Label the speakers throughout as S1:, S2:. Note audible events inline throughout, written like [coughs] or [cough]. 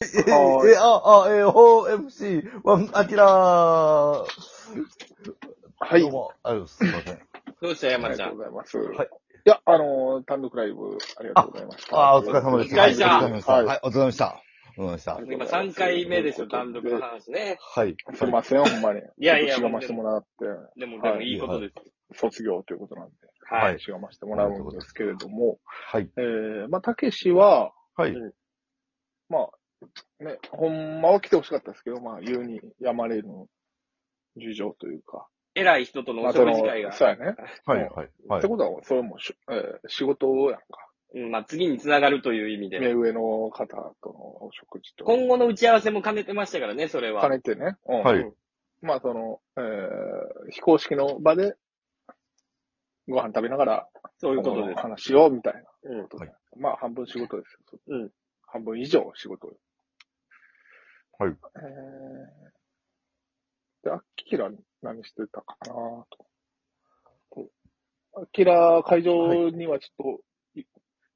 S1: え、え、あ、あ、え、ほ、MC、ワン、アキラー。は
S2: はい。
S1: どうも、ありがとうございます。すいません。
S3: どうした
S2: あ
S3: 山
S2: り
S3: ちゃ
S2: がとう。
S3: ん
S2: ございます。
S1: はい
S2: い。や、あのー、単独ライブ、ありがとうございました。
S1: あー、お疲れ様でした。
S3: 一回じゃ
S1: はいお疲れ様でした。は
S2: はい
S1: い、お疲れ様でした。お疲れ様でした。
S3: 今3回目ですよ、単独の話ね。
S1: はい。
S2: [laughs] すいません、ほんまに。
S3: いやいや
S2: ちょっとしがましてもらって、
S3: でも、でもいいことです。
S2: 卒業ということなんで、
S3: はい。
S1: はい
S2: しがましてもらうんですけれども、
S1: はい。
S2: えー、まあ、たけしは、
S1: はい。
S2: まあ、ね、ほんまは来てほしかったですけど、まあ、言うにやまれる事情というか。
S3: 偉い人との
S2: ま
S3: お
S2: あ、そ
S3: 食
S2: の、
S3: 事
S2: そう
S3: 会が。
S2: やね。
S1: はい。はい。は
S2: って
S1: い。
S2: ことは、それもし、えー仕事やんか。
S3: うんまあ、次につながるという意味
S2: 目
S3: で。
S2: 上の方とのお食事と。
S3: 今後の打ち合わせも兼ねてましたからね、それ
S2: 兼
S3: は。
S2: ねてね。うん
S1: はい。
S2: まあ、その、えー非公式の場で、ご飯食べながら、
S3: そういうことで
S2: あの話しようみたいな
S3: うん
S2: ことで、まあ、半分仕事ですよ。
S3: うん
S2: 半分以上仕事よ。
S1: はい
S2: えー、で、アキラ何してたかなと。アキラ会場にはちょっと、い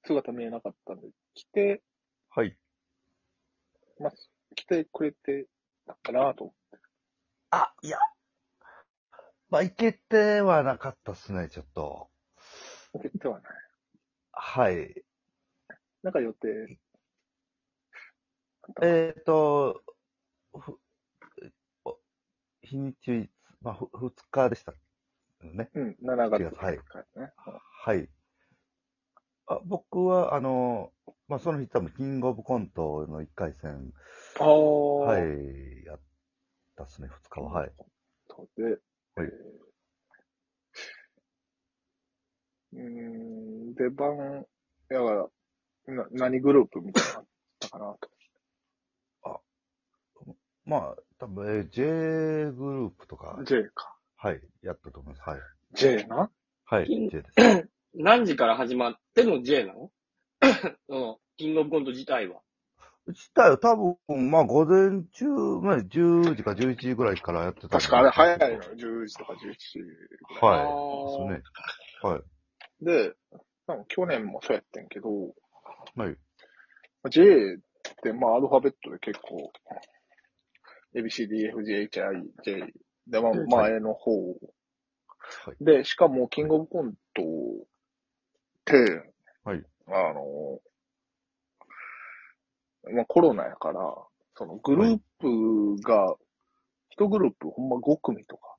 S2: 姿見えなかったんで、来て、
S1: はい。
S2: まあ、来てくれてたかなと。
S1: あ、いや。まあ、いけてはなかったっすね、ちょっと。
S2: 思ってはない。
S1: はい。
S2: なんか予定、
S1: えっ、ー、と、ふお日にち、まあ、ふ二日でした。ね。
S2: うん、7月
S1: 違うはい
S2: からね。
S1: はい。あ僕は、あの、まあ、その日多分、キングオブコントの一回戦、
S2: ああ、
S1: はい、やったっすね、二日は。はい。
S2: とで、
S1: はい
S2: えーうーん、出番、やから、な、何グループみたいなのあったかなと。
S1: まあ、多分、えー J グループとか、
S2: J か。
S1: はい、やったと思います。はい。
S2: J な
S1: はい、
S3: キン
S1: J です。
S3: 何時から始まっての J なの [laughs] その、キングオブコント自体は。
S1: 自体は多分、まあ、午前中、まあ、10時か11時ぐらいからやってた。
S2: 確かあれ早いの。10時とか11時。
S3: あ
S1: はい。
S3: ー
S1: ですね。はい。
S2: で、多分去年もそうやってんけど、
S1: はい。
S2: J って、まあ、アルファベットで結構、ABCDFGHIJ で、まあ、
S1: うん
S2: 前の方。
S1: はい
S2: で、しかも、キングオブコントって、
S1: はい
S2: あの、まあ、コロナやから、そのグループが、一グループほんま5組とか、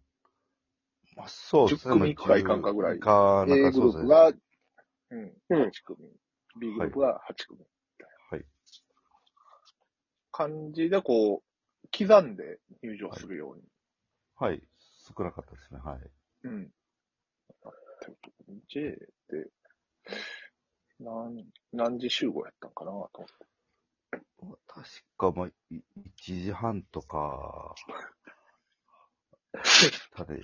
S1: まあ、そうですね。
S2: 10組くらいいかんかぐらい
S1: か
S2: A グル
S1: なんかそう
S2: ー
S1: です
S2: プ
S1: ね。
S2: が、うん、
S3: うん
S2: 8組、B グループが8組。
S1: はい。
S2: 感じで、こう、刻んで入場するように。
S1: はい。少なかったですね。はい。
S2: うん。ってことで J って、何、何時集合やったんかなと思って。
S1: 確か、まあ、い1時半
S2: [laughs]
S1: とか、たで。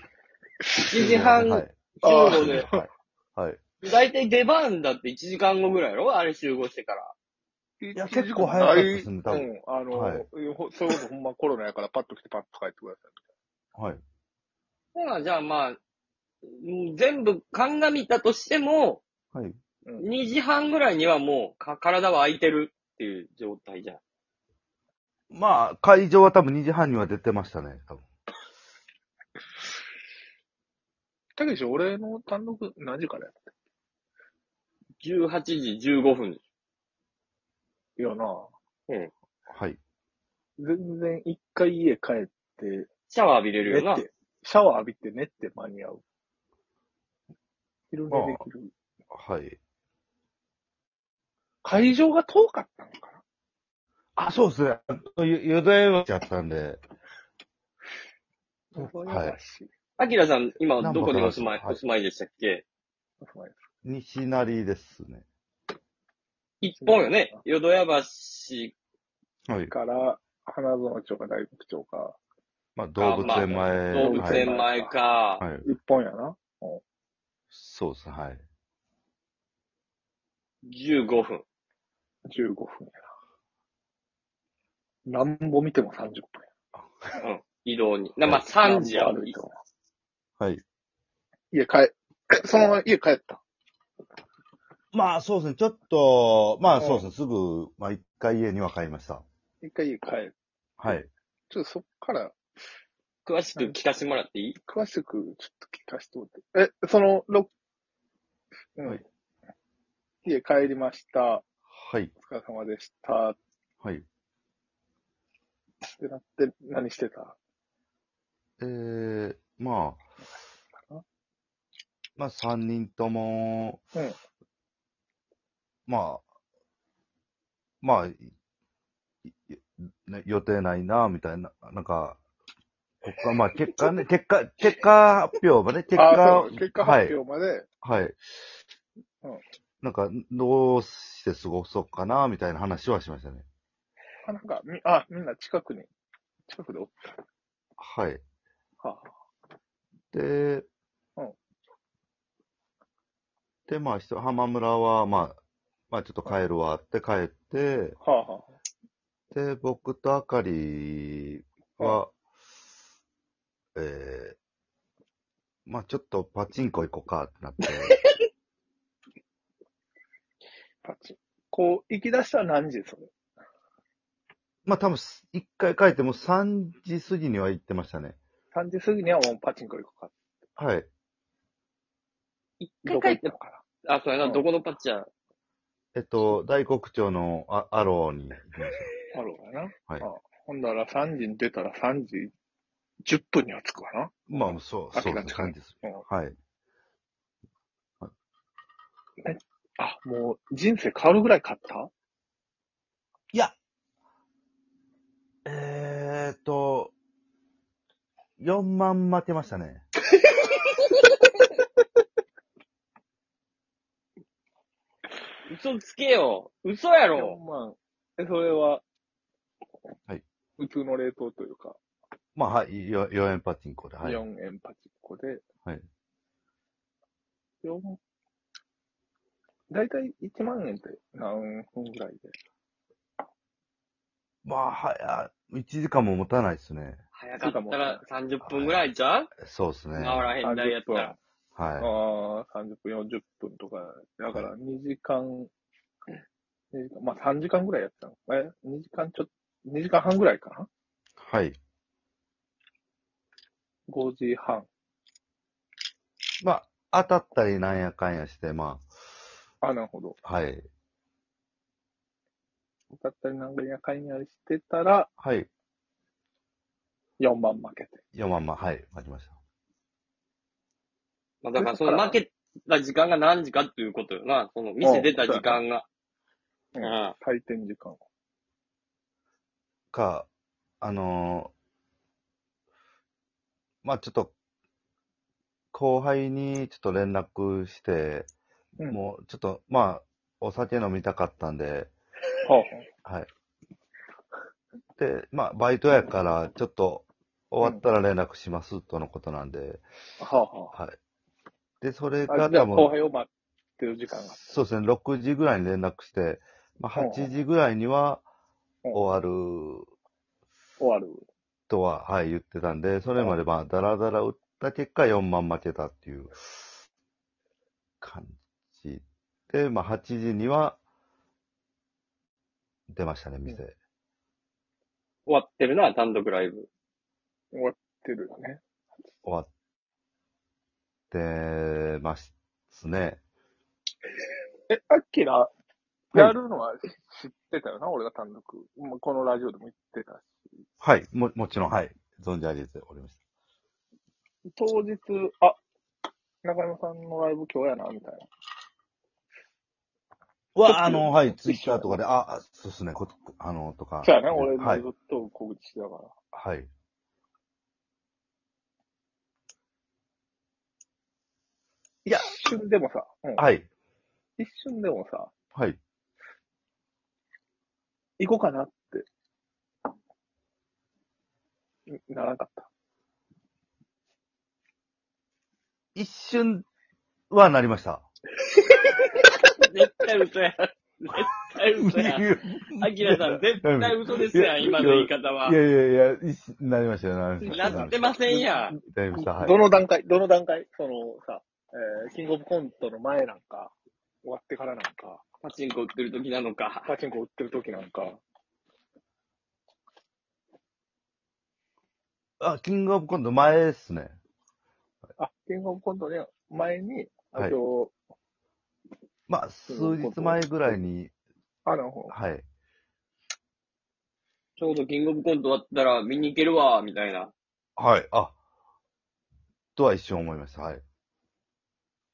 S3: 1時半
S1: はい。
S3: 集合で。
S1: はい。はい。
S3: だいたい出番だって1時間後ぐらいやろあれ集合してから。
S2: い
S1: や結構早かったですね多分
S2: うん、あの、
S1: はい
S2: ほそれこそほんまコロナやからパッと来てパッと帰ってください。
S1: はい。
S3: ほら、じゃあまあ、うん全部鑑みたとしても、
S1: はい。
S3: 2時半ぐらいにはもうか体は空いてるっていう状態じゃん。
S1: まあ、会場は多分2時半には出てましたね。多分
S2: たけし、俺の単独何時からやっ
S3: 18時15分。
S2: たいやな
S1: はい。
S2: 全然一回家帰って、
S3: シャワー浴びれるよ
S2: 寝
S3: な。
S2: て、シャワー浴びて寝て間に合う。昼寝できる。
S1: はい。
S2: 会場が遠かったのかな
S1: あ、そうですね。ゆ、ゆだえちゃったんで。
S2: そう
S1: はい
S2: らしい。
S3: アキラさん、今
S1: 南部
S3: どこにお住まい、
S1: からですはい
S3: お住まいでしたっけ
S1: 西成ですね。
S3: 一本よね。淀屋橋
S1: はい。
S2: から、花園町か大黒町か、
S1: まあ、動物園前。
S3: 動物園
S1: は
S3: 前か。
S1: い。はい。
S2: 一本やな。
S1: そうですね。はい。
S3: 15分。
S2: 15分やな。なんぼ見ても30分
S3: 移動に。なまあ、
S2: や。
S3: 3時や
S2: なんぼ歩いても
S1: はい。
S2: 家帰、 [coughs] そのまま家帰った。
S1: まあ、そうですね。ちょっと、まあ、そうですね。すぐ、まあ、一回家には帰りました。
S2: 一回家帰る。
S1: はい。
S2: ちょっとそっから
S3: 詳しく聞かせてもらっていい
S2: 詳しくちょっと聞かせてもらって。え、その、ろうん、
S1: はい
S2: 家帰りました。
S1: はい。
S2: お疲れ様でした。っ
S1: はい。
S2: てなって、何してた
S1: えー、ま
S2: か
S1: あ
S2: な、
S1: まあ、三人とも、
S2: うん
S1: まあ、まあい、いね予定ないな、みたいな、なんか、結果、まあ、結果ね、結果、結果発表まで、結
S2: あ
S1: 果
S2: そう、結果発表まで、
S1: はい、はい。
S2: うん
S1: なんか、どうして過ごそうかな、みたいな話はしましたね。
S2: あ、なんか、み、あ、みんな近くに、近くでおっ
S1: はい。
S2: た。は
S1: で、
S2: うん
S1: で、まあ、ひと浜村は、まあ、まあ、ちょっと帰るわって帰って、
S2: あ、はあ、は
S1: で、僕とあかりは、えー、まあ、ちょっとパチンコ行こうかってな [laughs] って、
S2: あ、パチン。こう、行き出したら何時それ。
S1: まあ、多分す、一回帰っても3時過ぎには行ってましたね。
S2: 3時過ぎにはもうパチンコ行こうか。
S1: はい。
S3: 一
S2: ど
S3: 回
S2: こ行
S3: 帰
S2: っ
S3: ったて
S2: の、か
S3: あ、そうや
S2: うん
S3: な、どこのパッチャー
S1: えっと、大黒町のアアローに行きまし
S2: なあろうかな。
S1: た。はい
S2: あ。ほんだら3時に出たら3時10分には着くわな。
S1: まあ、そう、そう
S2: 秋
S1: で
S2: 田地区
S1: すね、
S2: ね
S1: 感じです。
S2: うん
S1: はい。
S2: あ、もう人生変わるぐらい買った
S1: えーっと、4万待てましたね。
S3: 嘘つけよ。嘘
S2: ?4
S3: やろ。
S2: 万。え、それは、
S1: はい。
S2: 普通の冷凍というか、
S1: まあ、はい、4, 4円パチンコで。はい。
S2: 4円パチンコで、
S1: はい。
S2: 4、だいたい1万円って何分ぐらいで
S1: まあ、はや、1時間も持たないですね。
S3: 早かったら30分ぐらいじゃん
S1: そうですね。
S3: 回らへんだやったら。
S1: は。
S2: ああ、30分、40分とか、だから2時間、二時間まあ3時間ぐらいやってたの。え、2時間ちょっと、2時間半ぐらいかない
S1: はい。
S2: ?5 時半。
S1: まあ、当たったりなんやかんやして、ま
S2: あ、なるほど。
S1: あ、はい。
S2: だったりなんかやかんやりしてたら、
S1: はい。
S2: 4万負けて。
S1: 4万ま、はい、待ちまし
S3: まあ、だからその負けた時間が何時かっていうことよな。その店出た時間が。
S2: う
S3: うんん。
S2: 開店時間。
S1: た。か、あのーまあ、ちょっと、後輩にちょっと連絡して、
S2: うん
S1: もう、ちょっと、まあ、お酒飲みたかったんで、
S2: は
S1: はい。で、まあ、バイトやから、ちょっと、終わったら連絡します、とのことなんで、
S2: あ、はあ、は
S1: はい。で、それ
S2: あ。あ
S1: が
S2: じゃあ
S1: 多
S2: 後
S1: 分、
S2: 輩を待ってる時間が。
S1: そうですね、6時ぐらいに連絡して、まあ、
S2: うん
S1: 8時ぐらいには
S2: うん
S1: 終わる
S2: 終わる。
S1: とは、はい、言ってたんで、それまでまあ、だらだら打った結果、4万負けたっていう感じで、まあ、8時には、出ましたね、店。
S3: 終わってるな、単独ライブ。
S2: 終わってるよね。
S1: 終わってますね。
S2: え、アッキラ、
S1: い
S2: やるのは知ってたよな、俺が単独。まあこのラジオでも言ってたし。
S1: はい、も、もちろん、はい。存じ上げております。
S2: 当日、あ、中山さんのライブ今日やな、みたいな。
S1: は、あの、はい、ツイッターとかで、あ、あそうですね、こと、あの、とか。
S2: そうやね、俺
S1: はい
S2: ずっ、と告知してたから。
S1: はい。
S2: いや、一瞬でもさ、うん、
S1: はい、
S2: 一瞬でもさ、
S1: はい。
S2: 行こうかなって、んならなかった。
S1: 一瞬はなりました。
S3: 絶対嘘や。絶対
S1: [laughs]
S3: 嘘
S1: いや。
S3: や。アキラさん、絶対嘘ですやん、今の言い方はい
S1: やいやいや、一瞬なりましたよ、なりました。
S3: なってませんやん。
S1: なりました、はい。
S2: どの段階どの段階そのさ、えーキングオブコントの前なんか、終わってからなんか、
S3: パチンコ売ってる時なのか。
S2: パチンコ売ってる時なんか、
S1: あ、キングオブコント前っすね。
S2: あ、キングオブコントね、前に、あ、
S1: はい
S2: 今日、
S1: まあ、数日前ぐらいに、
S2: あ、なるほど。
S1: はい。
S3: ちょうどキングオブコント終わったら見に行けるわ、みたいな。
S1: はい、あ、とは一瞬思いました。はい。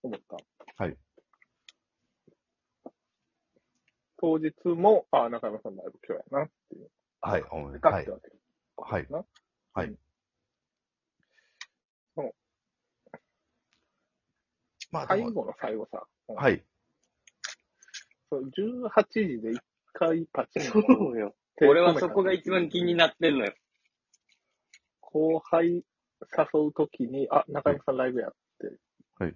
S2: 思った。
S1: はい。
S2: 当日も、あ、中山さんのライブ今日やなっていう。
S1: はい、思いました。
S2: か
S1: は
S2: っ
S1: い
S2: て。わけ。
S1: はい。
S2: な。
S1: はい
S2: うんその
S1: まあ、で
S2: 最
S1: も
S2: 後の最後さ、。
S1: はいい。
S2: その18時で一回パチンコ
S3: そうよ。俺はそこが一番気になってんのよ。
S2: 後輩誘うときに、あ、中山さんライブやって。
S1: はい。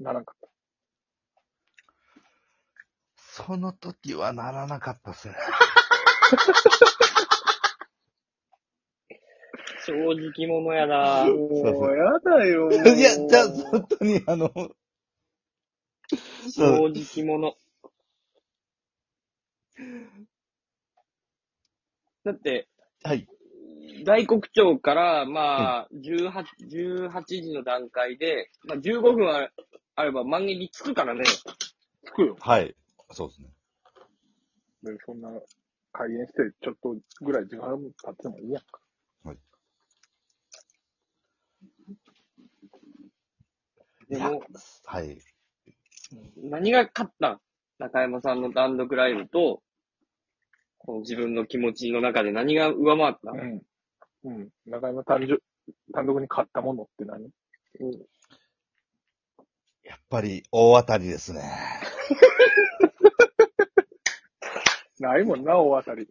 S2: ならんかっ
S1: その時はならなかったっすね。
S3: 正直者や
S2: た。
S3: な
S1: もう
S2: やだよ
S1: いや、じゃあ、本当に、あの、
S3: 正直者。だって、
S1: はい。
S3: 大黒町から、まあ、18、18時の段階で、まあ、15分あれあれば満月に着くからね。
S2: つくよ。
S1: はい。そうですね。
S2: でそんな、開演して、ちょっとぐらい時間経ってもいいやんか。
S3: でも、
S1: はい。
S3: 何が勝ったん中山さんの単独ライブと、この自分の気持ちの中で何が上回ったん
S2: ん。うん。中山単純、単独に買ったものって何
S1: やっぱり、大当たりですね。
S2: ないもんな、大当たり。